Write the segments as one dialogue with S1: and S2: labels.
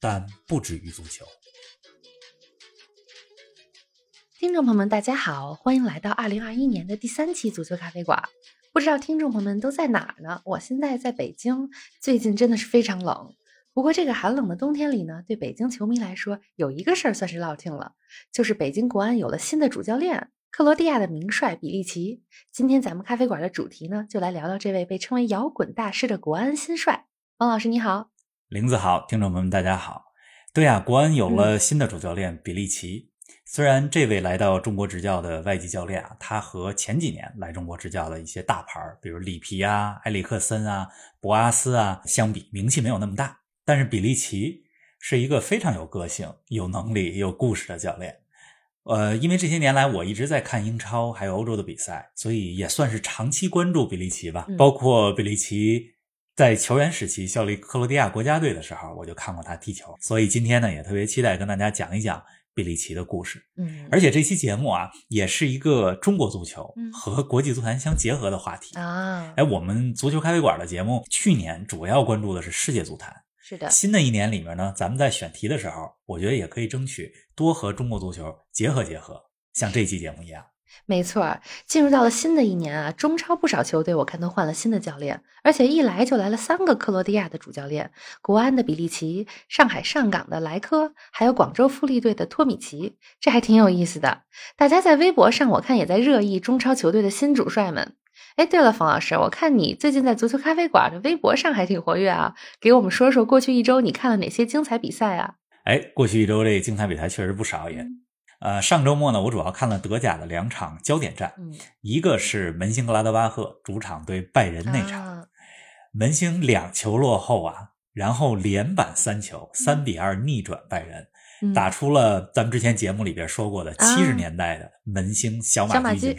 S1: 但不止于足球。
S2: 听众朋友们，大家好，欢迎来到二零二一年的第三期足球咖啡馆。不知道听众朋友们都在哪儿呢？我现在在北京，最近真的是非常冷。不过这个寒冷的冬天里呢，对北京球迷来说，有一个事儿算是落听了，就是北京国安有了新的主教练，克罗地亚的名帅比利奇。今天咱们咖啡馆的主题呢，就来聊聊这位被称为摇滚大师的国安新帅。王老师你好，
S1: 玲子好，听众朋友们大家好。对啊，国安有了新的主教练比利奇。虽然这位来到中国执教的外籍教练啊，他和前几年来中国执教的一些大牌，比如里皮啊、埃里克森啊、博阿斯啊相比，名气没有那么大。但是比利奇是一个非常有个性、有能力、有故事的教练。呃，因为这些年来我一直在看英超还有欧洲的比赛，所以也算是长期关注比利奇吧。
S2: 嗯
S1: 包括比利奇在球员时期效力克罗地亚国家队的时候，我就看过他踢球。所以今天呢，也特别期待跟大家讲一讲比利奇的故事。
S2: 嗯
S1: 而且这期节目啊，也是一个中国足球
S2: 嗯
S1: 和国际足坛相结合的话题。
S2: 啊，
S1: 哎，我们足球咖啡馆的节目去年主要关注的是世界足坛，
S2: 是的，
S1: 新的一年里面呢，咱们在选题的时候，我觉得也可以争取多和中国足球结合结合，像这期节目一样。
S2: 没错儿，进入到了新的一年啊，中超不少球队我看都换了新的教练，而且一来就来了三个克罗地亚的主教练：国安的比利奇、上海上港的莱科，还有广州富力队的托米奇。这还挺有意思的。大家在微博上我看也在热议中超球队的新主帅们。哎，对了，冯老师，我看你最近在足球咖啡馆的微博上还挺活跃啊，给我们说说过去一周你看了哪些精彩比赛啊？
S1: 哎，过去一周这精彩比赛确实不少也。
S2: 嗯
S1: 呃，上周末呢，我主要看了德甲的两场焦点战，
S2: 嗯，
S1: 一个是门兴格拉德巴赫主场对拜仁那场，
S2: 啊
S1: 门兴两球落后啊，然后连扳三球，三比二逆转拜仁，
S2: 嗯
S1: 打出了咱们之前节目里边说过的
S2: 啊
S1: 七十年代的门兴小
S2: 小
S1: 马
S2: 马
S1: 蹄
S2: 驹
S1: 形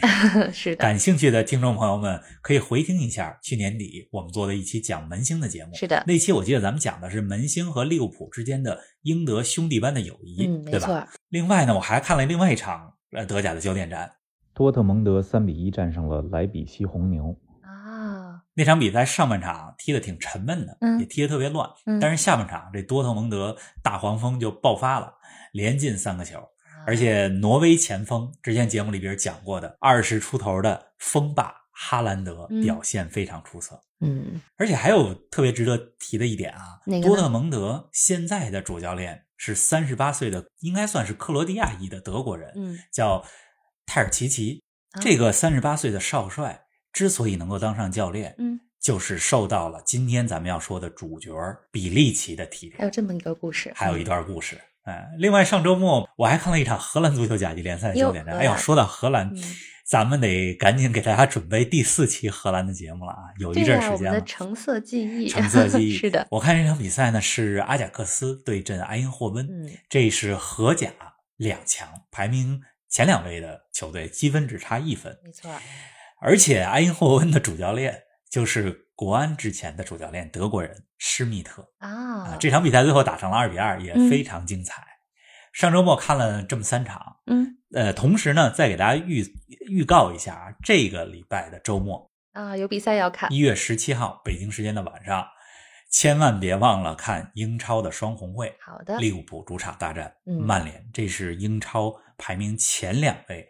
S1: 势。
S2: 是的，
S1: 感兴趣的听众朋友们可以回听一下去年底我们做的一期讲门兴的节目。
S2: 是的，
S1: 那期我记得咱们讲的是门兴和利物浦之间的英德兄弟般的友谊，
S2: 嗯，没
S1: 对吧？
S2: 错。
S1: 另外呢，我还看了另外一场呃德甲的焦点战，多特蒙德三比一战胜了莱比锡红牛。
S2: 啊，
S1: 那场比赛上半场踢得挺沉闷的，
S2: 嗯
S1: 也踢得特别乱。
S2: 嗯
S1: 但是下半场这多特蒙德大黄蜂就爆发了，连进三个球，而且挪威前锋之前节目里边讲过的二十出头的锋霸哈兰德
S2: 嗯
S1: 表现非常出色。
S2: 嗯，
S1: 而且还有特别值得提的一点啊
S2: 哪，个呢
S1: 多特蒙德现在的主教练是三十八岁的，应该算是克罗地亚裔的德国人，
S2: 嗯
S1: 叫泰尔齐奇。
S2: 啊
S1: 这个三十八岁的少帅之所以能够当上教练，
S2: 嗯，
S1: 就是受到了今天咱们要说的主角比利奇的提
S2: 还有
S1: 点。
S2: 这么一个故事，啊
S1: 还有一段故事，哎，另外上周末我还看了一场荷兰足球甲级联赛的焦点战。
S2: 哟
S1: 哎呦，
S2: 荷兰
S1: 说到荷兰
S2: 嗯，
S1: 咱们得赶紧给大家准备第四期荷兰的节目了啊，有一
S2: 对
S1: 阵儿
S2: 呀、
S1: 时
S2: 我
S1: 间
S2: 们
S1: 了。
S2: 的橙色记忆，
S1: 橙色记 忆
S2: 是的，
S1: 我看这场比赛呢是阿贾克斯对阵埃因霍温，
S2: 嗯
S1: 这是荷甲两强排名前两位的球队，积分只差一分。
S2: 没错，
S1: 而且埃因霍温的主教练就是国安之前的主教练德国人施密特啊、
S2: 啊，
S1: 这场比赛最后打成了二比二，也
S2: 嗯
S1: 非常精彩。上周末看了这么三场，
S2: 嗯
S1: 呃，同时呢再给大家预预告一下啊，这个礼拜的周末
S2: 啊，有比赛要看
S1: 一月十七号北京时间的晚上，千万别忘了看英超的双红会，
S2: 好的，
S1: 利物浦主场大战
S2: 嗯
S1: 曼联，这是英超排名前两位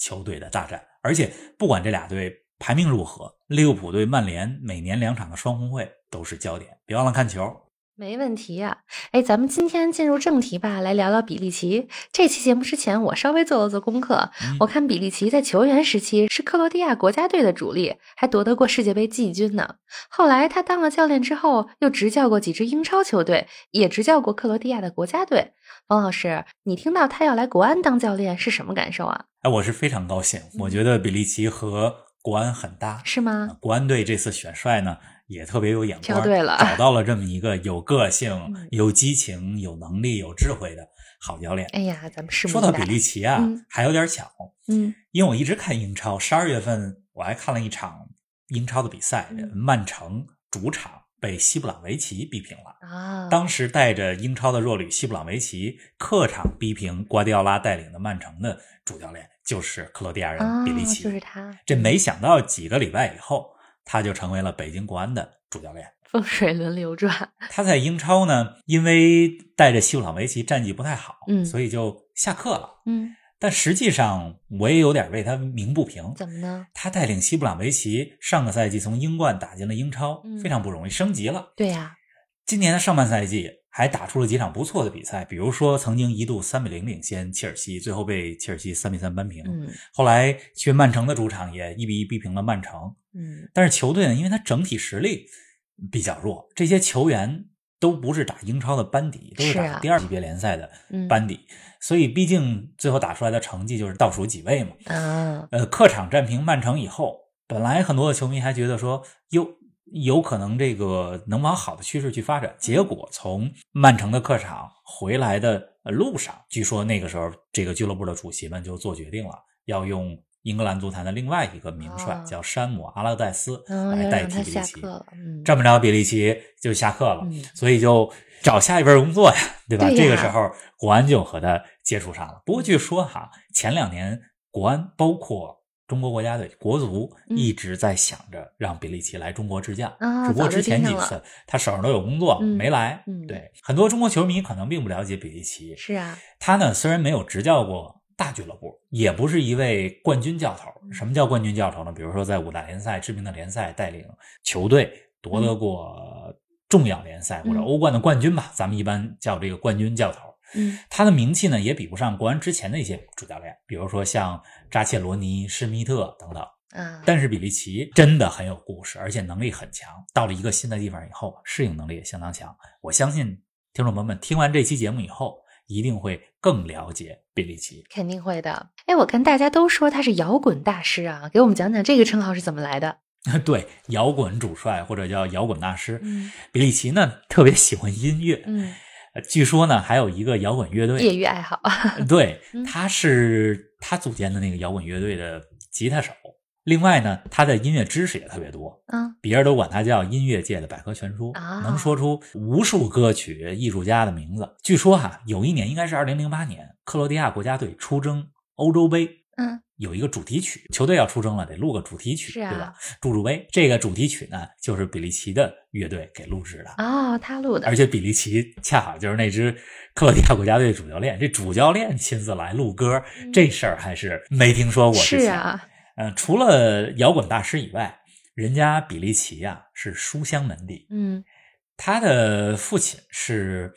S1: 球队的大战。而且不管这俩队排名如何，利物浦对曼联每年两场的双红会都是焦点，别忘了看球。
S2: 没问题呀、哎，咱们今天进入正题吧，来聊聊比利奇。这期节目之前，我稍微做了做功课，
S1: 嗯
S2: 我看比利奇在球员时期是克罗地亚国家队的主力，还夺得过世界杯季军呢。后来他当了教练之后，又执教过几支英超球队，也执教过克罗地亚的国家队。王老师，你听到他要来国安当教练是什么感受啊？
S1: 哎，我是非常高兴，我觉得比利奇和国安很搭。
S2: 嗯是吗？
S1: 嗯国安队这次选帅呢，也特别有眼光，
S2: 挑对了
S1: 找到了这么一个有个性
S2: 嗯、
S1: 有激情、有能力、有智慧的好教练。
S2: 哎呀，咱们拭目
S1: 说
S2: 以
S1: 到比
S2: 待。
S1: 利奇啊，
S2: 嗯
S1: 还有点巧，
S2: 嗯
S1: 因为我一直看英超，十二月份我还看了一场英超的比赛，
S2: 嗯
S1: 曼城主场被西布朗维奇逼平了。
S2: 啊，
S1: 当时带着英超的弱旅西布朗维奇客场逼平瓜迪奥拉带领的曼城的主教练就是克罗地亚人
S2: 啊
S1: 比利奇，
S2: 就是他，
S1: 这没想到几个礼拜以后，他就成为了北京国安的主教练。
S2: 风水轮流转。
S1: 他在英超呢，因为带着西布朗维奇战绩不太好，
S2: 嗯
S1: 所以就下课了。
S2: 嗯，
S1: 但实际上，我也有点为他鸣不平。
S2: 怎么呢？
S1: 他带领西布朗维奇上个赛季从英冠打进了英超，
S2: 嗯
S1: 非常不容易，升级了。
S2: 对呀、
S1: 今年的上半赛季还打出了几场不错的比赛，比如说曾经一度三比零领先切尔西，最后被切尔西三比三扳平。
S2: 嗯
S1: 后来去曼城的主场也一比一逼平了曼城。
S2: 嗯，
S1: 但是球队呢，因为它整体实力比较弱，这些球员都不是打英超的班底，都是
S2: 是啊
S1: 打第二级别联赛的
S2: 嗯
S1: 班底，所以毕竟最后打出来的成绩就是倒数几位嘛。
S2: 啊，
S1: 呃，客场战平曼城以后，本来很多的球迷还觉得说，哟，有可能这个能往好的趋势去发展。结
S2: 嗯
S1: 果从曼城的客场回来的呃路上，据说那个时候这个俱乐部的主席们就做决定了，要用英格兰足坛的另外一个名帅、
S2: 哦
S1: 叫山姆·阿拉戴斯
S2: 然后嗯
S1: 来
S2: 哦要
S1: 代
S2: 让
S1: 替
S2: 他
S1: 比利
S2: 下
S1: 奇
S2: 课。了。嗯，
S1: 这么着，比利奇就下课了，
S2: 嗯
S1: 所以就找下一份工作呀，对吧？
S2: 对呀
S1: 这个时候，国安就和他接触上了。不过据说哈，前两年国安包括中国国家队国足
S2: 嗯
S1: 一直在想着让比利奇来中国执教，
S2: 啊
S1: 只不过
S2: 早就
S1: 之前
S2: 盯
S1: 几
S2: 上
S1: 次他手上都有工作、
S2: 嗯
S1: 没来。
S2: 嗯
S1: 对，很多中国球迷可能并不了解比利奇，
S2: 是啊，
S1: 他呢虽然没有执教过大俱乐部，也不是一位冠军教头。什么叫冠军教头呢？比如说在五大联赛知名的联赛带领球队夺得过重要联赛、
S2: 嗯
S1: 或者欧冠的冠军吧，咱们一般叫这个冠军教头。
S2: 嗯
S1: 他的名气呢也比不上国安之前的一些主教练，比如说像扎切罗尼、施密特等等。
S2: 啊，
S1: 但是比利奇真的很有故事，而且能力很强。到了一个新的地方以后，适应能力也相当强。我相信听众朋友们听完这期节目以后，一定会更了解比 利奇。
S2: 肯定会的。哎，我看大家都说他是摇滚大师啊，给我们讲讲这个称号是怎么来的？
S1: 对，摇滚主帅或者叫摇滚大师，
S2: 嗯
S1: 比利奇呢特别喜欢音乐。
S2: 嗯，
S1: 呃据说呢还有一个摇滚乐队，
S2: 业余爱好
S1: 对
S2: 嗯，
S1: 他是他组建的那个摇滚乐队的吉他手。另外呢，他的音乐知识也特别多，
S2: 啊，
S1: 别人都管他叫音乐界的百科全书，
S2: 啊
S1: 能说出无数歌曲艺术家的名字。据说哈、有一年应该是二零零八年，克罗地亚国家队出征欧洲杯。
S2: 嗯，
S1: 有一个主题曲，球队要出征了，得录个主题 曲，
S2: 是啊
S1: 对吧？助助威这个主题曲呢，就是比利奇的乐队给录制的，
S2: 哦，他录的
S1: 而，且比利奇恰好就是那支克罗地亚国家队主教练，这主教练亲自来录歌，
S2: 嗯
S1: 这事儿还是没听说过。
S2: 是，啊，
S1: 呃，除了摇滚大师以外，人家比利奇呀、是书香门第，
S2: 嗯
S1: 他的父亲是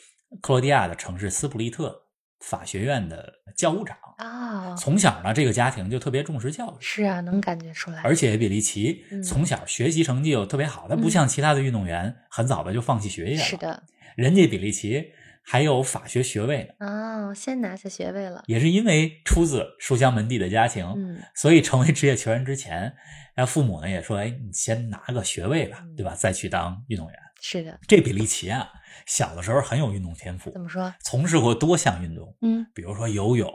S1: 克罗地亚的城市斯普利特法学院的教务长。
S2: 哦，
S1: 从小呢，这个家庭就特别重视教育，
S2: 是啊，能感觉出来。
S1: 而且比利奇
S2: 嗯
S1: 从小学习成绩又特别好，他不
S2: 嗯
S1: 像其他的运动员很早的就放弃学业了。
S2: 是的，
S1: 人家比利奇还有法学学位呢，
S2: 哦，先拿下学位了。
S1: 也是因为出自书香门第的家庭，
S2: 嗯
S1: 所以成为职业球员之前，那父母呢也说：“哎，你先拿个学位吧
S2: 嗯，
S1: 对吧？再去当运动员。
S2: 是的，”
S1: 这比利奇啊，小的时候很有运动天赋
S2: 怎，么说？
S1: 从事过多项运动，
S2: 嗯
S1: 比如说游泳、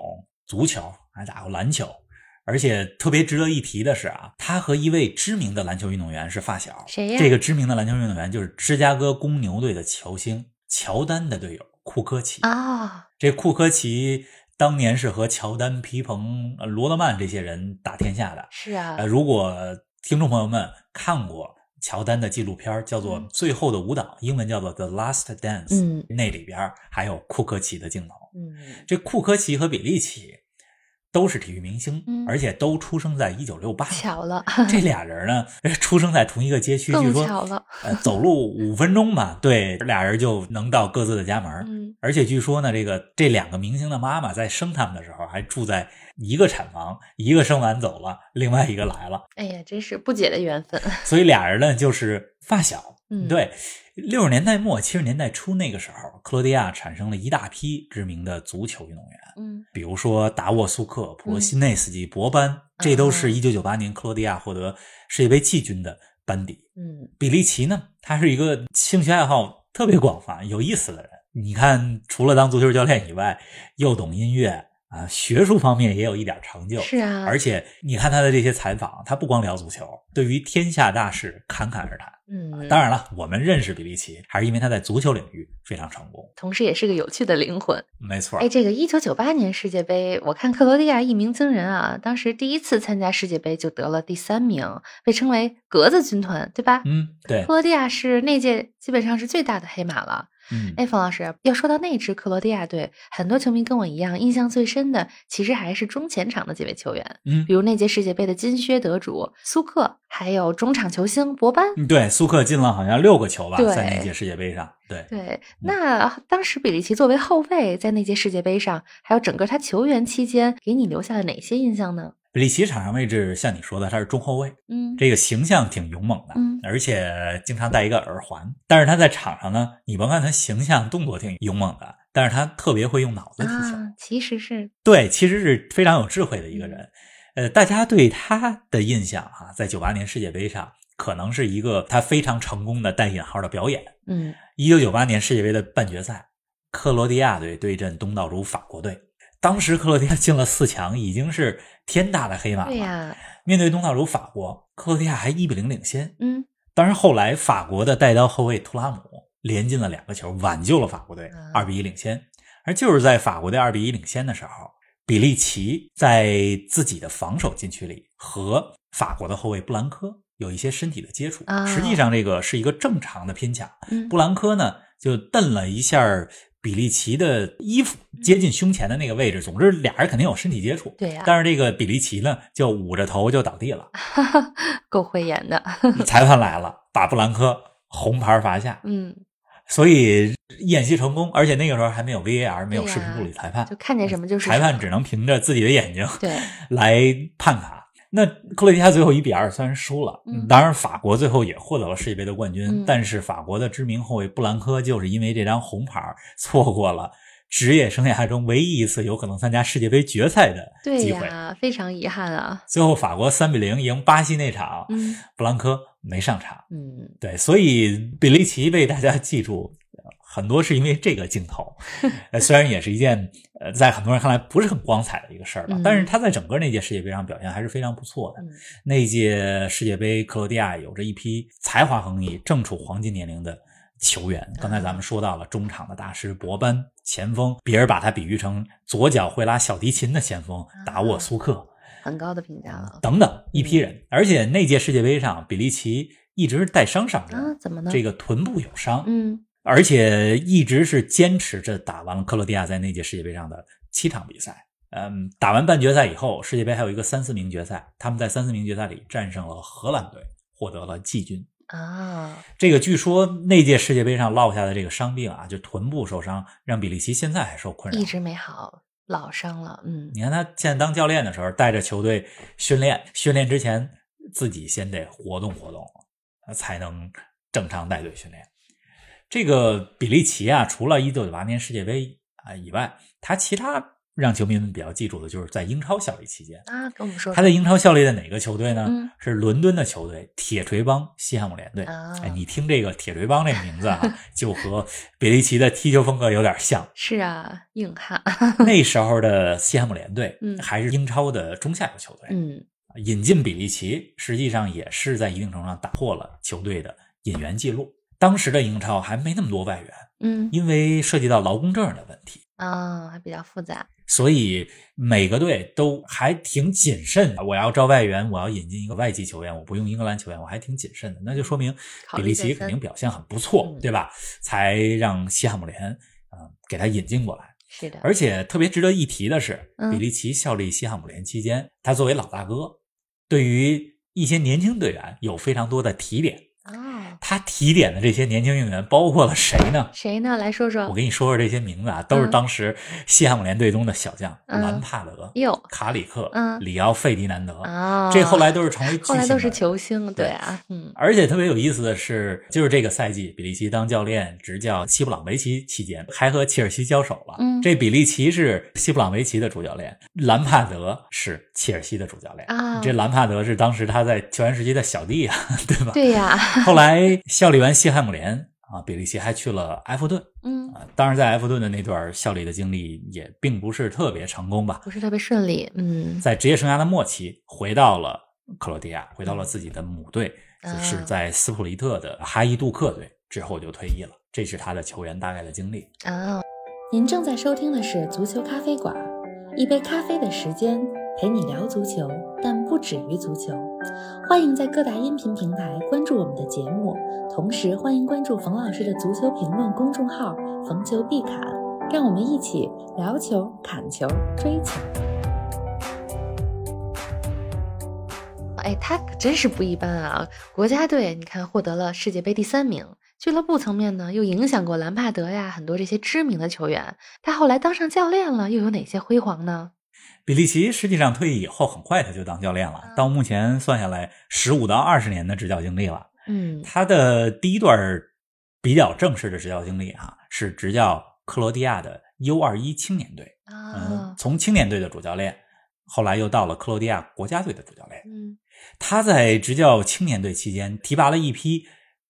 S1: 足球，还打过篮球。而且特别值得一提的是啊，他和一位知名的篮球运动员是发小。
S2: 谁呀
S1: 这个知名的篮球运动员就是芝加哥公牛队的球星乔丹的队友库科奇。
S2: 啊，
S1: 这库科奇当年是和乔丹、皮蓬、呃罗德曼这些人打天下的。
S2: 是啊
S1: 呃，，如果听众朋友们看过乔丹的纪录片儿，叫做
S2: 嗯
S1: 《最后的舞蹈》，英文叫做《The Last Dance》，
S2: 嗯
S1: 那里边儿还有库科奇的镜头。
S2: 嗯
S1: 这库科奇和比利奇都是体育明星，
S2: 嗯
S1: 而且都出生在一九六八年。
S2: 巧 了，
S1: 这俩人呢， 出生在同一个街区，
S2: 更
S1: 据说
S2: 巧了。
S1: 呃，走路五分钟吧，对，俩人就能到各自的家门儿。
S2: 嗯
S1: 而且据说呢，这个这两个明星的妈妈在生他们的时候，还住在一个产房，一个生完走了，另外一个来了，
S2: 哎呀，真是不解的缘分。
S1: 所以俩人呢就是发小。
S2: 嗯，，
S1: 对，六十年代末七十年代初那个时候，克罗地亚产生了一大批知名的足球运动员，
S2: 嗯
S1: 比如说达沃苏克、普罗西内斯基、博班，这都是一九九八年克罗地亚获得世界杯季军的。班底。
S2: 嗯
S1: 比利奇呢，他是一个兴趣爱好特别广泛、有意思的人。你看，除了当足球教练以外，又懂音乐啊，学术方面也有一点成就。
S2: 是啊，
S1: 而且你看他的这些采访，他不光聊足球，对于天下大事侃侃而谈。
S2: 嗯，
S1: 当然了，我们认识比利奇，还是因为他在足球领域非常成功。
S2: 同时也是个有趣的灵魂。
S1: 没错
S2: 哎，，这个一九九八年世界杯，我看克罗地亚一鸣惊人啊！当时第一次参加世界杯就得了第三名，被称为“格子军团”，对吧？
S1: 嗯，对
S2: 克，罗地亚是那届基本上是最大的黑马了。
S1: 嗯，
S2: 哎，冯老师，要说到那支克罗地亚队，很多球迷跟我一样，印象最深的其实还是中前场的几位球员，
S1: 嗯
S2: 比，如那届世界杯的金靴得主苏克，还有中场球星博班。
S1: 嗯对，苏克进了好像六个球吧，
S2: 对
S1: 在那届世界杯上。对，
S2: 对，那当时比利奇作为后卫，在那届世界杯上，还有整个他球员期间，给你留下了哪些印象呢？
S1: 比利奇场上位置像你说的，他是中后卫，
S2: 嗯，
S1: 这个形象挺勇猛的，
S2: 嗯
S1: 而且经常戴一个耳环。但是他在场上呢，你甭看他形象动作挺勇猛的，但是他特别会用脑子踢球。
S2: 啊，其实是
S1: 对，其实是非常有智慧的一个人。
S2: 嗯
S1: 呃，大家对他的印象啊，在九八年世界杯上，可能是一个他非常成功的带引号的表演。
S2: 嗯
S1: 一九九八年世界杯的半决赛，克罗地亚队对阵东道主法国队。当时克罗地亚进了四强，已经是天大的黑马了。
S2: 对呀、
S1: 面对东道主法国，克罗地亚还一比零领先。
S2: 嗯
S1: 当然后来法国的带刀后卫图拉姆连进了两个球，挽救了法国队
S2: 啊
S1: 二比一领先。而就是在法国队二比一领先的时候，比利奇在自己的防守禁区里和法国的后卫布兰科有一些身体的接触
S2: 啊，
S1: 实际上这个是一个正常的拼抢。
S2: 嗯
S1: 布兰科呢就蹬了一下比利奇的衣服，接近胸前的那个位置。总之，俩人肯定有身体接触。
S2: 对呀、
S1: 但是这个比利奇呢，就捂着头就倒地了。
S2: 够慧眼的，
S1: 裁判来了，把布兰科红牌罚下，
S2: 嗯，
S1: 所以演戏成功。而且那个时候还没有 VAR，没有视频助理裁判，
S2: 就看见什么就是
S1: 嗯裁判
S2: 什
S1: 只能凭着自己的眼睛
S2: 么对，
S1: 来判罚。那克罗地亚最后一比二虽然输了，
S2: 嗯
S1: 当然法国最后也获得了世界杯的冠军，
S2: 嗯
S1: 但是法国的知名后卫布兰科就是因为这张红牌 错过了职业生涯中唯一一次有可能参加世界杯决赛的
S2: 对
S1: 机
S2: 呀、
S1: 会。
S2: 非常遗憾啊。
S1: 最后法国三比零赢巴西那场，
S2: 嗯
S1: 布兰科没上场。
S2: 嗯，
S1: 对，所以比利奇被大家记住呃很多是因为这个镜 头，呃，虽然也是一件呃在很多人看来不是很光彩的一个事儿吧
S2: 嗯，
S1: 但是他在整个那届世界杯上表现还是非常不错的
S2: 嗯。
S1: 那届世界杯，克罗地亚有着一批才华横溢、正处黄金年龄的球员。刚才咱们说到了中场的大师博班，前锋别人把他比喻成左脚会拉小提琴的前锋
S2: 啊
S1: 达沃苏克。
S2: 很高的评价啊了
S1: 等等一批人。而且那届世界杯上，比利奇一直是带伤上阵，
S2: 啊？怎么呢？
S1: 这个臀部有伤，
S2: 嗯
S1: 而且一直是坚持着打完了克罗地亚在那届世界杯上的七场比赛。嗯，打完半决赛以后，世界杯还有一个三四名决赛，他们在三四名决赛里战胜了荷兰队，获得了季军。
S2: 啊，
S1: 这个据说那届世界杯上落下的这个伤病啊，就臀部受伤，让比利奇现在还受困扰
S2: 一。直没好，老伤了。嗯
S1: 你看他现在当教练的时候，带着球队训练，训练之前自己先得活动活动，呃才能正常带队训练。这个比利奇啊，除了1998年世界杯啊以外，他其他让球迷们比较记住的就是在英超效力期间，
S2: 啊，跟我们说
S1: 他在英超效力的哪个球队呢？
S2: 嗯
S1: 是伦敦的球队铁锤帮西汉姆联队。
S2: 啊
S1: 哎，你听这个铁锤帮这名字啊，就和比利奇的踢球风格有点像。
S2: 是啊，硬汉。
S1: 那时候的西汉姆联队
S2: 嗯
S1: 还是英超的中下游球队，
S2: 嗯
S1: 引进比利奇实际上也是在一定程度上打破了球队的引援记录。当时的英超还没那么多外援，
S2: 嗯
S1: 因为涉及到劳工证的问题，
S2: 啊，还比较复杂。
S1: 所以每个队都还挺谨慎的。我要招外援，我要引进一个外籍球员，我不用英格兰球员，我还挺谨慎的。那就说明
S2: 考
S1: 比
S2: 虑
S1: 利
S2: 再
S1: 奇
S2: 三
S1: 肯定表现很不错
S2: 嗯，
S1: 对吧？才让西汉姆联啊、呃给他引进过来。
S2: 是的，
S1: 而且特别值得一提的是，
S2: 嗯
S1: 比利奇效力西汉姆联期间，他作为老大哥，对于一些年轻队员有非常多的提点。
S2: 啊，
S1: 他提点的这些年轻运动员包括了谁呢？
S2: 谁呢？来说说
S1: 我。给你说说这些名字啊，都是
S2: 嗯
S1: 当时西汉姆联队中的小将，
S2: 嗯
S1: 兰帕德、
S2: 哟
S1: 卡里克、
S2: 嗯
S1: 里奥费迪南德，
S2: 啊，
S1: 这后来都是成为巨
S2: 后来都
S1: 星
S2: 是
S1: 的
S2: 球星，对
S1: 对
S2: 啊，嗯
S1: 而且特别有意思的是，就是这个赛季，比利奇当教练执教西布朗维奇期间，还和切尔西交手了。
S2: 嗯
S1: 这比利奇是西布朗维奇的主教练，兰帕德是切尔西的主教练。
S2: 啊，
S1: 这兰帕德是当时他在球员时期的小弟啊， 对 吧？
S2: 对呀，
S1: 后来效力完西汉姆联啊，比利奇还去了埃弗顿
S2: 嗯，
S1: 啊。当然，在埃弗顿的那段效力的经历也并不是特别成功吧。
S2: 不是特别顺利，嗯
S1: 在职业生涯的末期，回到了克罗地亚，回到了自己的母队，
S2: 啊
S1: 就是在斯普利特的哈伊杜克队之后就退役了。这是他的球员大概的经历。
S2: 啊，
S3: 您正在收听的是《足球咖啡馆》，一杯咖啡的时间陪你聊足球，但不止于足球。欢迎在各大音频平台关注我们的节目，同时欢迎关注冯老师的足球评论公众号“冯球必侃”，让我们一起聊球、砍球、追球。
S2: 哎，他可真是不一般啊！国家队你看获得了世界杯第三名，俱乐部层面呢又影响过兰帕德呀，很多这些知名的球员。他后来当上教练了，又有哪些辉煌呢？
S1: 比利奇实际上退役以后，很快他就当教练了，到目前算下来十五到二十年的执教经历了。
S2: 嗯
S1: 他的第一段比较正式的执教经历啊，是执教克罗地亚的 U 二一青年队，嗯
S2: 啊，，
S1: 从青年队的主教练，后来又到了克罗地亚国家队的主教练。
S2: 嗯
S1: 他在执教青年队期间提拔了一批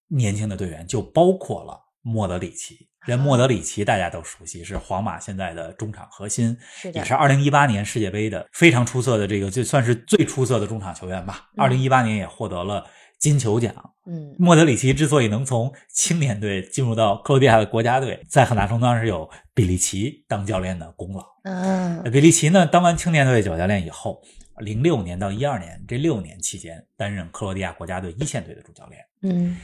S1: 年轻的队员，就包括了莫德里奇。这莫德里奇大家都熟悉，是皇马现在的中场核心，
S2: 是的
S1: 也是2018年世界杯的非常出色的这个，就算是最出色的中场球员吧。
S2: 嗯
S1: 2018年也获得了金球奖。
S2: 嗯
S1: 莫德里奇之所以能从青年队进入到克罗地亚的国家队，在很大程度上是有比利奇当教练的功劳。
S2: 嗯
S1: 呃比利奇呢，当完青年队主教练以后，零六年到一二年这六年期间，担任克罗地亚国家队一线队的主教练。
S2: 嗯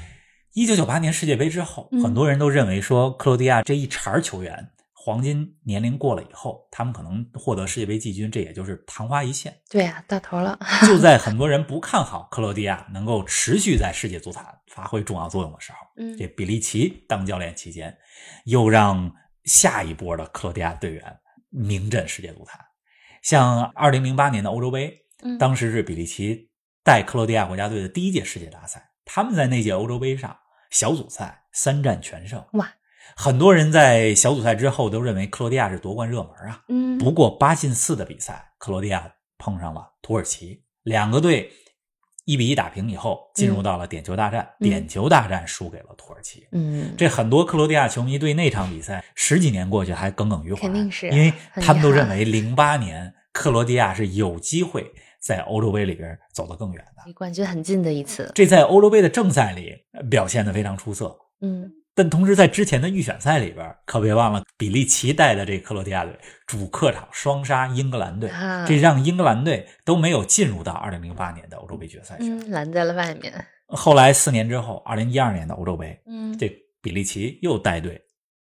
S1: 一九九八年世界杯之后，
S2: 嗯
S1: 很多人都认为说，克罗地亚这一茬儿球员黄金年龄过了以后，他们可能获得世界杯季军，这也就是昙花一现。
S2: 对啊，到头了，
S1: 就在很多人不看好克罗地亚能够持续在世界足坛发挥重要作用的时候，
S2: 嗯
S1: 这比利奇当教练期间，又让下一波的克罗地亚队员名震世界足坛。像二零零八年的欧洲杯，
S2: 嗯
S1: 当时是比利奇带克罗地亚国家队的第一届世界大赛，他们在那届欧洲杯上小组赛三战全胜。
S2: 哇！
S1: 很多人在小组赛之后都认为克罗地亚是夺冠热门啊。
S2: 嗯
S1: 不过八进四的比赛，克罗地亚碰上了土耳其，两个队一比一打平以后，进入到了点球大战，
S2: 嗯
S1: 点球大战输给了土耳其。
S2: 嗯
S1: 这很多克罗地亚球迷对那场比赛十几年过去还耿耿于怀，
S2: 肯定是啊
S1: 因为他们都
S2: 很遗
S1: 认
S2: 憾
S1: 为零八年克罗地亚是有机会在欧洲杯里边走得更远的。
S2: 离冠军很近的一次，
S1: 这在欧洲杯的正赛里呃表现得非常出色，
S2: 嗯
S1: 但同时在之前的预选赛里边，可别忘了比利奇带的这克罗地亚队主客场双杀英格兰队，
S2: 啊
S1: 这让英格兰队都没有进入到2008年的欧洲杯决赛圈。
S2: 嗯拦在了外面，
S1: 后来四年之后，2012年的欧洲杯，
S2: 嗯
S1: 这比利奇又带队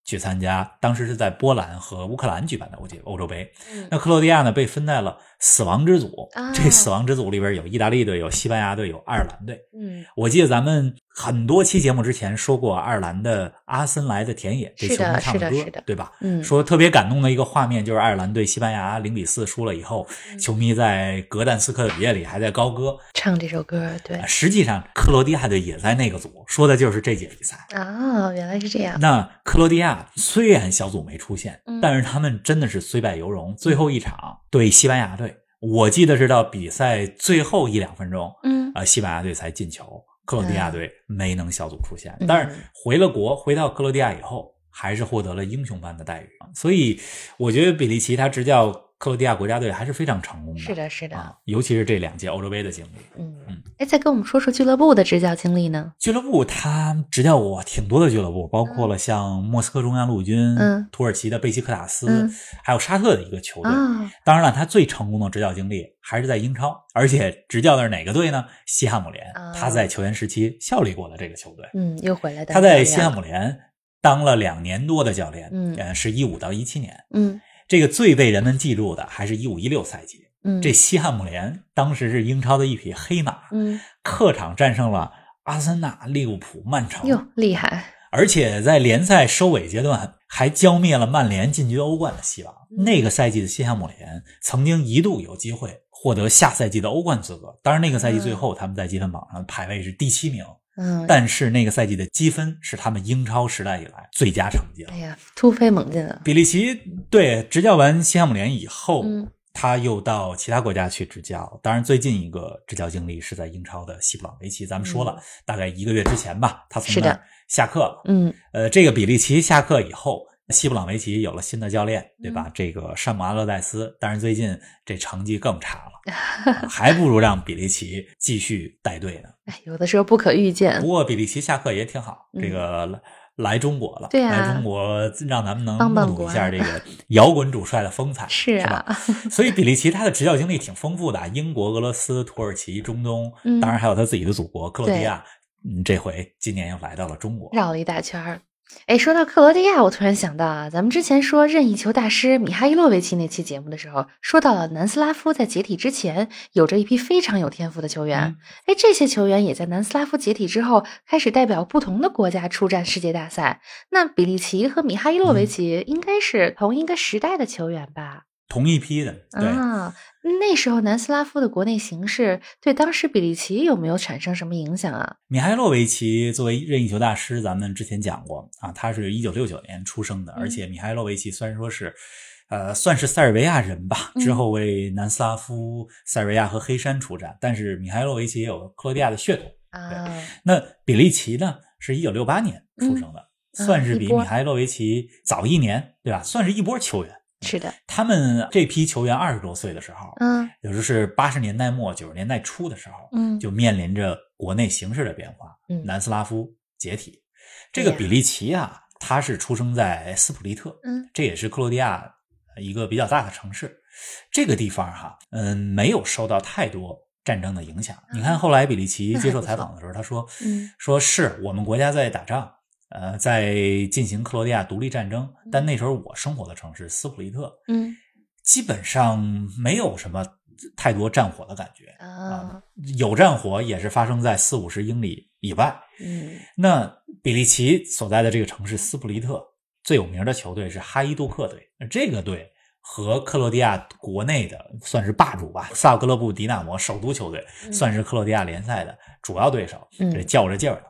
S1: 去参加，当时是在波兰和乌克兰举办的欧界欧洲杯。
S2: 嗯
S1: 那克罗地亚呢被分在了死亡之组，
S2: 啊
S1: 这死亡之组里边有意大利队、有西班牙队、有爱尔兰队。
S2: 嗯
S1: 我记得咱们很多期节目之前说过，爱尔兰的阿森来的田野这
S2: 是
S1: 球
S2: 的
S1: 迷唱
S2: 是的
S1: 歌
S2: 是的，
S1: 对吧？
S2: 嗯
S1: 说特别感动的一个画面就是爱尔兰对西班牙零比四输了以后，
S2: 嗯
S1: 球迷在格但斯克的夜里还在高歌。
S2: 唱这首歌，对
S1: 实际上，克罗地亚队也在那个组，说的就是这届比赛。
S2: 啊，原来是这样，
S1: 那克罗地亚虽然小组没出现
S2: 嗯，
S1: 但是他们真的是虽败犹荣。最后一场对西班牙队，我记得是到比赛最后一两分钟，
S2: 嗯
S1: 啊，西班牙队才进球，克罗地亚队没能小组出线
S2: 嗯。
S1: 但是回了国，回到克罗地亚以后，还是获得了英雄般的待遇。啊所以我觉得比利奇他执教克罗地亚国家队还是非常成功的。
S2: 是的，是的，
S1: 啊，尤其是这两届欧洲杯的经历。
S2: 嗯
S1: 嗯，
S2: 哎，再跟我们说说俱乐部的执教经历呢？
S1: 俱乐部他执教过挺多的俱乐部，包括了像莫斯科中央陆军、
S2: 嗯
S1: 土耳其的贝西克塔斯，
S2: 嗯
S1: 还有沙特的一个球队。
S2: 啊，
S1: 当然了，他最成功的执教经历还是在英超，而且执教的是哪个队呢？西汉姆联
S2: 啊，
S1: 他在球员时期效力过的这个球队。
S2: 嗯，又回来的。
S1: 他在西汉姆联当了两年多的教练，
S2: 嗯
S1: 呃，是一五到一七年。
S2: 嗯
S1: 这个最被人们记住的还是一五一六赛季，
S2: 嗯，
S1: 这西汉姆联当时是英超的一匹黑马，
S2: 嗯
S1: 客场战胜了阿森纳、利物浦、曼城，
S2: 哟，厉害！
S1: 而且在联赛收尾阶段还浇灭了曼联进军欧冠的希望。
S2: 嗯
S1: 那个赛季的西汉姆联曾经一度有机会获得下赛季的欧冠资格，当然那个赛季最后他们在积分榜上排位是第七名，
S2: 嗯，
S1: 但是那个赛季的积分是他们英超时代以来最佳成绩了
S2: 哎。呀，突飞猛进啊！
S1: 比利奇对执教完西汉姆联以后，
S2: 嗯
S1: 他又到其他国家去执教。当然，最近一个执教经历是在英超的西布朗维奇，咱们说了，大概一个月之前吧，他
S2: 嗯是
S1: 从
S2: 的
S1: 那儿下课了。
S2: 嗯
S1: 呃，这个比利奇下课以后，西布朗维奇有了新的教练，对
S2: 嗯
S1: 吧？这个山姆阿勒代斯，当然最近这成绩更差 了，啊还不如让比利奇继续带队呢。
S2: 哎，有的时候不可预见
S1: 不，过比利奇下课也挺好，这个来来中国了，
S2: 嗯对啊
S1: 来中国让咱们能
S2: 棒棒
S1: 目睹
S2: 国
S1: 一
S2: 啊
S1: 下 这个摇滚主帅的风采，
S2: 是
S1: 吧？
S2: 啊，
S1: 所以比利奇他的执教经历挺丰富的啊，英国、俄罗斯、土耳其、中东，
S2: 嗯
S1: 当然还有他自己的祖国克罗地亚。嗯，这回今年又来到了中国，
S2: 绕了一大圈儿。哎，说到克罗地亚，我突然想到啊，咱们之前说任意球大师米哈伊洛维奇那期节目的时候，说到了南斯拉夫在解体之前有着一批非常有天赋的球员
S1: 嗯，
S2: 哎、这些球员也在南斯拉夫解体之后开始代表不同的国家出战世界大赛。那比利奇和米哈伊洛
S1: 嗯
S2: 维奇应该是同一个时代的球员吧？
S1: 同一批的，对，
S2: 啊，那时候南斯拉夫的国内形势对当时比利奇有没有产生什么影响啊？
S1: 米哈伊洛维奇作为任意球大师，咱们之前讲过啊，他是一九六九年出生的，
S2: 嗯
S1: 而且米哈伊洛维奇虽然说是，呃，算是塞尔维亚人吧，
S2: 嗯
S1: 之后为南斯拉夫、塞尔维亚和黑山出战，但是米哈伊洛维奇也有克罗地亚的血统。
S2: 啊，
S1: 那比利奇呢，是一九六八年出生的，
S2: 嗯
S1: 算是
S2: 一
S1: 比
S2: 波
S1: 米哈伊洛维奇早一年，对吧？算是一波球员。
S2: 是的，
S1: 他们这批球员二十多岁的时候，
S2: 嗯
S1: 也就是八十年代末九十年代初的时候，
S2: 嗯，
S1: 就面临着国内形势的变化，
S2: 嗯
S1: 南斯拉夫解体。
S2: 对
S1: 这
S2: 呀
S1: 个比利奇啊，他是出生在斯普利特，
S2: 嗯
S1: 这也是克罗地亚一个比较大的城市。这个地方哈、嗯，没有受到太多战争的影响。你看后来比利
S2: 嗯
S1: 奇
S2: 那还
S1: 接受
S2: 不
S1: 采
S2: 错
S1: 访的时候，他说
S2: 嗯，
S1: 说是我们国家在打仗，呃，在进行克罗地亚独立战争，但那时候我生活的城市斯普利特，
S2: 嗯
S1: 基本上没有什么太多战火的感觉。
S2: 啊，
S1: 有战火也是发生在四五十英里以外。
S2: 嗯
S1: 那比利奇所在的这个城市斯普利特最有名的球队是哈伊杜克队，那这个队和克罗地亚国内的算是霸主吧，萨格勒布迪纳摩首都球队
S2: 嗯
S1: 算是克罗地亚联赛的主要对手，
S2: 嗯
S1: 这较着劲儿了。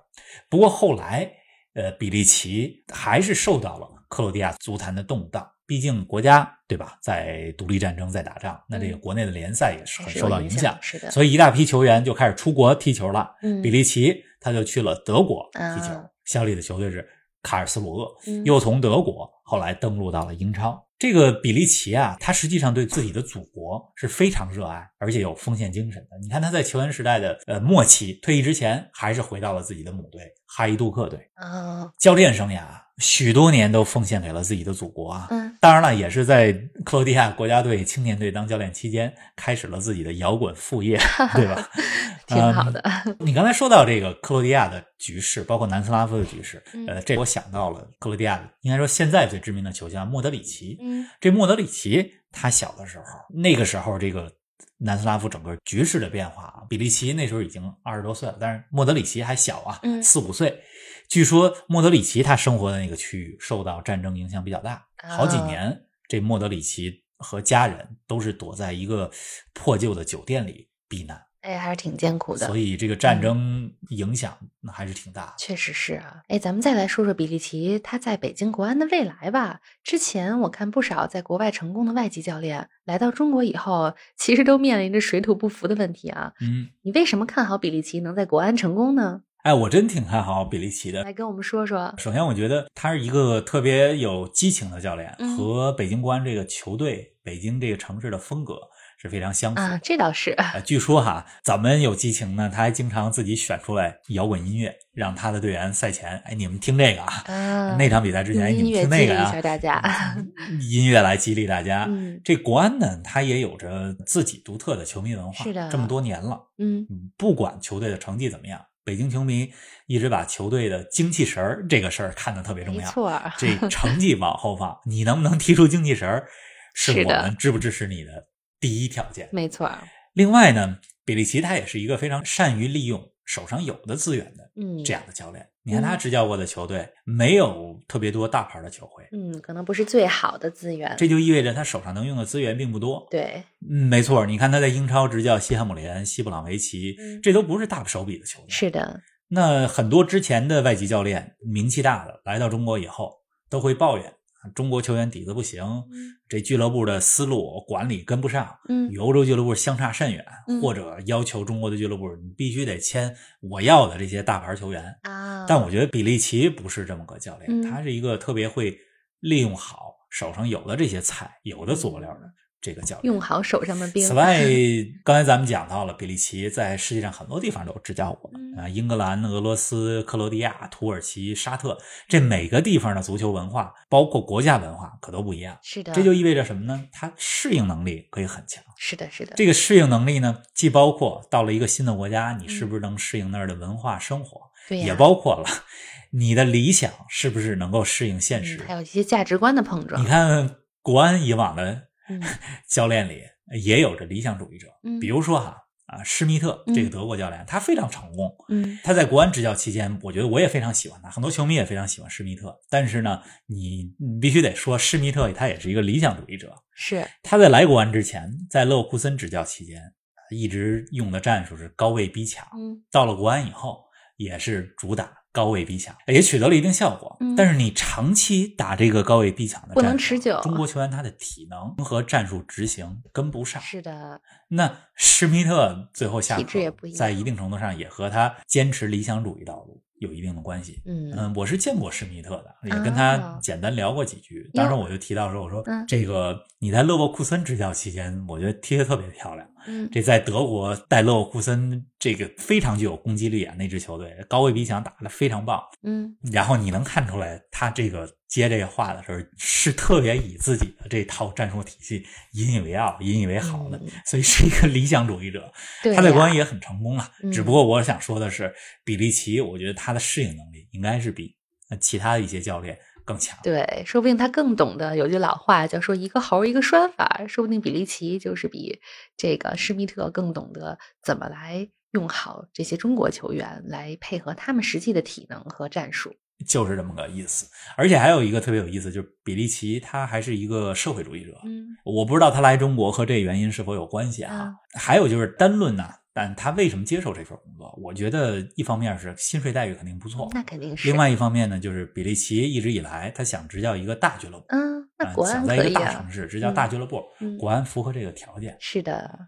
S1: 不过后来，呃，比利奇还是受到了克罗地亚足坛的动荡。毕竟国家对吧，在独立战争在打仗，那这个
S2: 嗯
S1: 国内的联赛也是
S2: 还
S1: 很
S2: 是
S1: 受
S2: 有
S1: 到
S2: 影
S1: 影响，
S2: 是的，
S1: 所以一大批球员就开始出国踢球了。
S2: 嗯
S1: 比利奇他就去了德国踢球
S2: 啊，
S1: 效力的球队是卡尔斯鲁厄，
S2: 嗯
S1: 又从德国后来登陆到了英超。这个比利奇啊，他实际上对自己的祖国是非常热爱，而且有奉献精神的。你看他在球员时代的呃末期退役之前，还是回到了自己的母队哈伊杜克队。
S2: 啊，
S1: 教练生涯许多年都奉献给了自己的祖国啊。
S2: 嗯
S1: 当然了，也是在克罗地亚国家队青年队当教练期间，开始了自己的摇滚 副业，对吧？嗯
S2: 挺好的，
S1: 你刚才说到这个克罗地亚的局势，包括南斯拉夫的局势，
S2: 嗯
S1: 呃，这我想到了克罗地亚，应该说现在最知名的球星啊莫德里奇。
S2: 嗯
S1: 这莫德里奇他小的时候，那个时候这个南斯拉夫整个局势的变化啊，比利奇那时候已经二十多岁了，但是莫德里奇还小啊
S2: 嗯，
S1: 四五岁。据说莫德里奇他生活的那个区域受到战争影响比较大，好几
S2: 啊
S1: 年这莫德里奇和家人都是躲在一个破旧的酒店里避难。
S2: 哎，还是挺艰苦的
S1: 所。以这个战争影响那还是挺大的。
S2: 确实是啊，哎，咱们再来说说比利奇他在北京国安的未来吧。之前我看不少在国外成功的外籍教练来到中国以后，其实都面临着水土不服的问题啊。
S1: 嗯，
S2: 你为什么看好比利奇能在国安成功呢？
S1: 哎，我真挺看好比利奇的。
S2: 来跟我们说说。
S1: 首先，我觉得他是一个特别有激情的教练，
S2: 嗯
S1: 和北京国安这个球队、北京这个城市的风格是非常相符。
S2: 啊，这倒是，
S1: 呃据说哈，咱们有激情呢，他还经常自己选出来摇滚音乐，让他的队员赛前，哎，你们听这个啊，
S2: 啊，
S1: 那场比赛之前，哎，你
S2: 用音
S1: 们
S2: 乐
S1: 听
S2: 激励
S1: 那
S2: 一
S1: 个
S2: 下
S1: 啊，
S2: 大家。
S1: 音乐来激励大家。
S2: 嗯
S1: 这国安呢，他也有着自己独特的球迷文化，
S2: 是的
S1: 这么多年了，
S2: 嗯
S1: 嗯不管球队的成绩怎么样，北京球迷一直把球队的精气神儿这个事儿看得特别重
S2: 没
S1: 要。
S2: 错儿，
S1: 这成绩往后放，你能不能踢出精气神儿，是
S2: 是
S1: 我
S2: 的
S1: 们支不支持你的第一条件。
S2: 没错儿。
S1: 另外呢，比利奇他也是一个非常善于利用手上有的资源的
S2: 嗯，
S1: 这样的教练。你看他执教过的球队，没有特别多大牌的球会，
S2: 嗯，可能不是最好的资源，
S1: 这就意味着他手上能用的资源并不多。
S2: 对，
S1: 嗯，没错，你看他在英超执教西汉姆联、西布朗维奇
S2: 嗯，
S1: 这都不是大手笔的球队。
S2: 是的，
S1: 那很多之前的外籍教练名气大的来到中国以后，都会抱怨啊中国球员底子不行，这俱乐部的思路管理跟不上，
S2: 嗯
S1: 与欧洲俱乐部相差甚远，
S2: 嗯
S1: 或者要求中国的俱乐部你必须得签我要的这些大牌球员。
S2: 啊，
S1: 但我觉得比利奇不是这么个教练，
S2: 嗯
S1: 他是一个特别会利用好手上有的这些菜、有的佐料的这个教练。
S2: 用好手上的兵
S1: 此，外，刚才咱们讲到了，比利奇在世界上很多地方都执教过
S2: 嗯
S1: 啊，英格兰、俄罗斯、克罗地亚、土耳其、沙特，这每个地方的足球文化，包括国家文化，可都不一样。
S2: 是的，
S1: 这就意味着什么呢？他适应能力可以很强。
S2: 是的，是的，
S1: 这个适应能力呢，既包括到了一个新的国家，你是不是能适应那儿的文化生活，
S2: 嗯对啊呀
S1: 也包括了你的理想是不是能够适应现
S2: 嗯
S1: 实。
S2: 还有一些价值观的碰撞
S1: 你，看国安以往的
S2: 嗯
S1: 教练里也有着理想主义者，
S2: 嗯
S1: 比如说哈啊施密特
S2: 嗯
S1: 这个德国教练，他非常成功。
S2: 嗯
S1: 他在国安执教期间，我觉得我也非常喜欢他，很多球迷也非常喜欢施密特。但是呢，你你必须得说，施密特他也是一个理想主义者。
S2: 是，
S1: 他在来国安之前，在勒沃库森执教期间，一直用的战术是高位逼抢。
S2: 嗯
S1: 到了国安以后，也是主打高位逼抢，也取得了一定效果。
S2: 嗯
S1: 但是你长期打这个高位逼抢的战
S2: 不
S1: 术
S2: 能持久
S1: 中国球员他的体能和战术执行跟不上。
S2: 是的，
S1: 那施密特最后下
S2: 体质也
S1: 课
S2: 不一，样
S1: 在一定程度上也和他坚持理想主义道路有一定的关系。
S2: 嗯
S1: 嗯，我是见过施密特的，也
S2: 啊
S1: 跟他简单聊过几句。当时我就提到说，我说、
S2: 嗯
S1: 这个你在勒沃库森执教期间，我觉得踢得特别漂亮。啊
S2: 嗯，
S1: 这在德国带勒沃库森这个非常具有攻击力啊，那支球队高位逼抢打得非常棒。
S2: 嗯
S1: 然后你能看出来，他这个接这个话的时候是特别以自己的这套战术体系引以为傲、引以为豪的
S2: 嗯，
S1: 所以是一个理想主义者。
S2: 对呀，
S1: 他在国安也很成功了，啊
S2: 嗯
S1: 只不过我想说的是，比利奇，我觉得他的适应能力应该是比呃其他的一些教练更强。
S2: 对，说不定他更懂得。有句老话叫说“一个猴儿一个拴法”，说不定比利奇就是比这个施密特更懂得怎么来用好这些中国球员，来配合他们实际的体能和战术。
S1: 就是这么个意思。而且还有一个特别有意思，就是比利奇他还是一个社会主义者。
S2: 嗯
S1: 我不知道他来中国和这原因是否有关系啊
S2: 啊。
S1: 还有就是单论呐、但他为什么接受这份工作？我觉得一方面是薪水待遇肯定不错，
S2: 那肯定是。
S1: 另，外一方面呢，就是比利奇一直以来他想执教一个大俱乐部，
S2: 嗯，那
S1: 啊
S2: 国安
S1: 想在
S2: 可
S1: 一
S2: 以
S1: 个大城
S2: 啊。
S1: 市执教大俱乐部，
S2: 嗯
S1: 国安符合这个条件。
S2: 是的，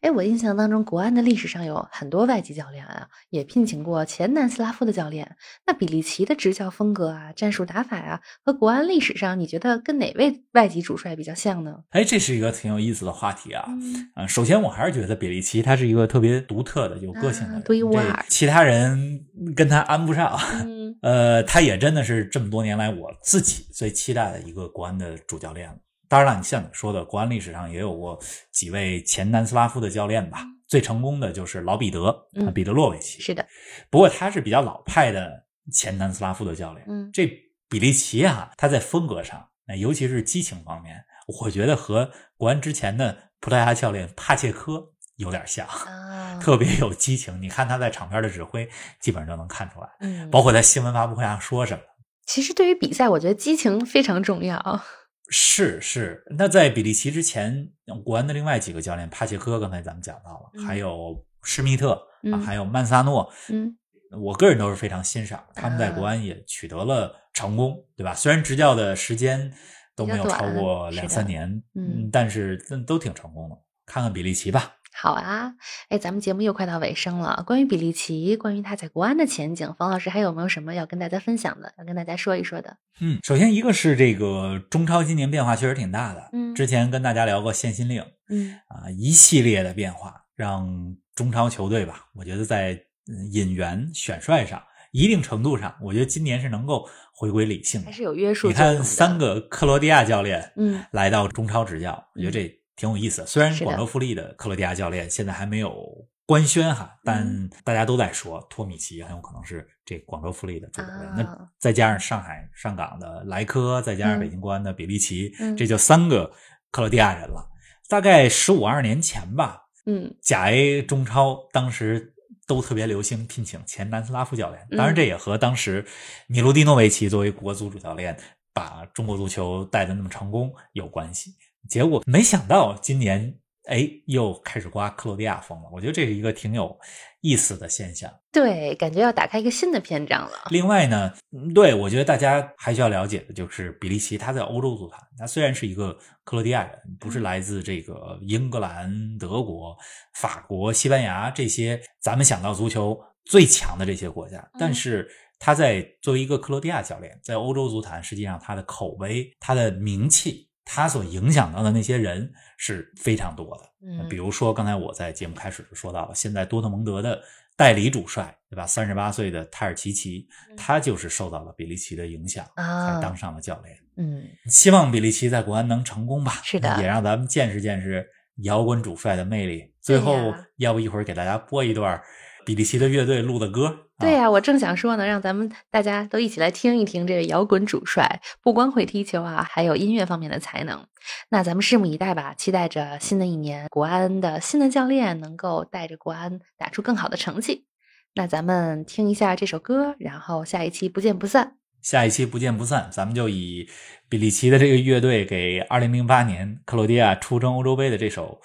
S2: 哎，我印象当中，国安的历史上有很多外籍教练啊，也聘请过前南斯拉夫的教练。那比利奇的执教风格啊、战术打法啊，和国安历史上，你觉得跟哪位外籍主帅比较像呢？
S1: 哎，这是一个挺有意思的话题啊。
S2: 嗯。
S1: 嗯，首先我还是觉得比利奇他是一个特别独特的、有个性的
S2: 啊
S1: 人，
S2: 独一无
S1: 这
S2: 二
S1: 其他人跟他安不上。
S2: 嗯
S1: 呃，他也真的是这么多年来我自己最期待的一个国安的主教练了。当然了，你像你说的，国安历史上也有过几位前南斯拉夫的教练吧，最成功的就是老彼得，
S2: 嗯
S1: 啊彼得洛维，奇。
S2: 是的，
S1: 不过他是比较老派的前南斯拉夫的教练。
S2: 嗯
S1: 这比利奇啊，他在风格上，呃尤其是激情方面，我觉得和国安之前的葡萄牙教练帕切科有点像，
S2: 啊，
S1: 特别有激情。你看他在场边的指挥，基本上就能看出来，
S2: 嗯，
S1: 包括在新闻发布会上说什么。
S2: 其实对于比赛，我觉得激情非常重 要。啊
S1: 是是，那在比利奇之前，国安的另外几个教练，帕切科刚才咱们讲到了，
S2: 嗯
S1: 还有施密特、啊，
S2: 嗯
S1: 还有曼萨诺，
S2: 嗯
S1: 我个人都是非常欣赏，他们在国安也取得了成功，对吧？虽然执教的时间都没有超过
S2: 比较短
S1: 两三年，
S2: 是的嗯
S1: 但是都挺成功的。看看比利奇吧，
S2: 好啊，哎，咱们节目又快到尾声了。关于比利奇，关于他在国安的前景，冯老师还有没有什么要跟大家分享的，要跟大家说一说的？
S1: 嗯，首先一个是这个中超今年变化确实挺大的，
S2: 嗯
S1: 之前跟大家聊过限薪令
S2: 嗯
S1: 啊、一系列的变化让中超球队吧，我觉得在嗯引援选帅上，一定程度上，我觉得今年是能够回归理性的
S2: 还。是有约束
S1: 你
S2: 作用的。
S1: 看三
S2: 个，
S1: 个克罗地亚教练，
S2: 嗯
S1: 来到中超执教，我觉得这挺有意思的。虽然
S2: 是的
S1: 广州富力的克罗地亚教练现在还没有官宣哈，
S2: 嗯
S1: 但大家都在说托米奇很有可能是这广州富力的主教练。
S2: 啊
S1: 那再加上上海上港的莱科，再加上
S2: 嗯
S1: 北京国安的比利奇，
S2: 嗯
S1: 这就三个克罗地亚人了。大概十五二年前吧，
S2: 嗯
S1: 甲 A 中超当时都特别流行聘请前南斯拉夫教练。当然，这也和当时米卢蒂诺维奇作为国足主教练把中国足球带的那么成功有关系。结果没想到今年，哎，又开始刮克罗地亚风了。我觉得这是一个挺有意思的现象。
S2: 对，感觉要打开一个新的篇章了。
S1: 另外呢，嗯对我觉得大家还需要了解的就是比利奇，他在欧洲足坛，他虽然是一个克罗地亚人，不是来自这个英格兰、德国、法国、西班牙这些咱们想到足球最强的这些国家，但是他在作为一个克罗地亚教练，在欧洲足坛，实际上他的口碑、他的名气。他所影响到的那些人是非常多的，
S2: 嗯，
S1: 比如说，刚才我在节目开始就说到了，现在多特蒙德的代理主帅，对吧？三十八岁的泰尔齐奇，他就是受到了比利奇的影响，才
S2: 嗯啊
S1: 当，上了教练。
S2: 嗯，
S1: 希望比利奇在国安能成功吧，嗯
S2: 是的
S1: 也让咱们见识见识摇滚主帅的魅力。最后，要不一会儿给大家播一段比利奇的乐队录的歌？
S2: 对
S1: 啊
S2: 呀、我正想说呢，让咱们大家都一起来听一听这位摇滚主帅，不光会踢球啊，还有音乐方面的才能。那咱们拭目以待吧，期待着新的一年，国安的新的教练能够带着国安打出更好的成绩。那咱们听一下这首歌，然后下一期不见不散。
S1: 下一期不见不散，咱们就以比利奇的这个乐队给2008年克罗地亚出征欧洲杯的这首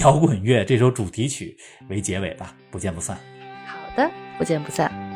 S1: 摇滚乐这首主题曲为结尾吧，不见不散。
S2: 好的，不见不散。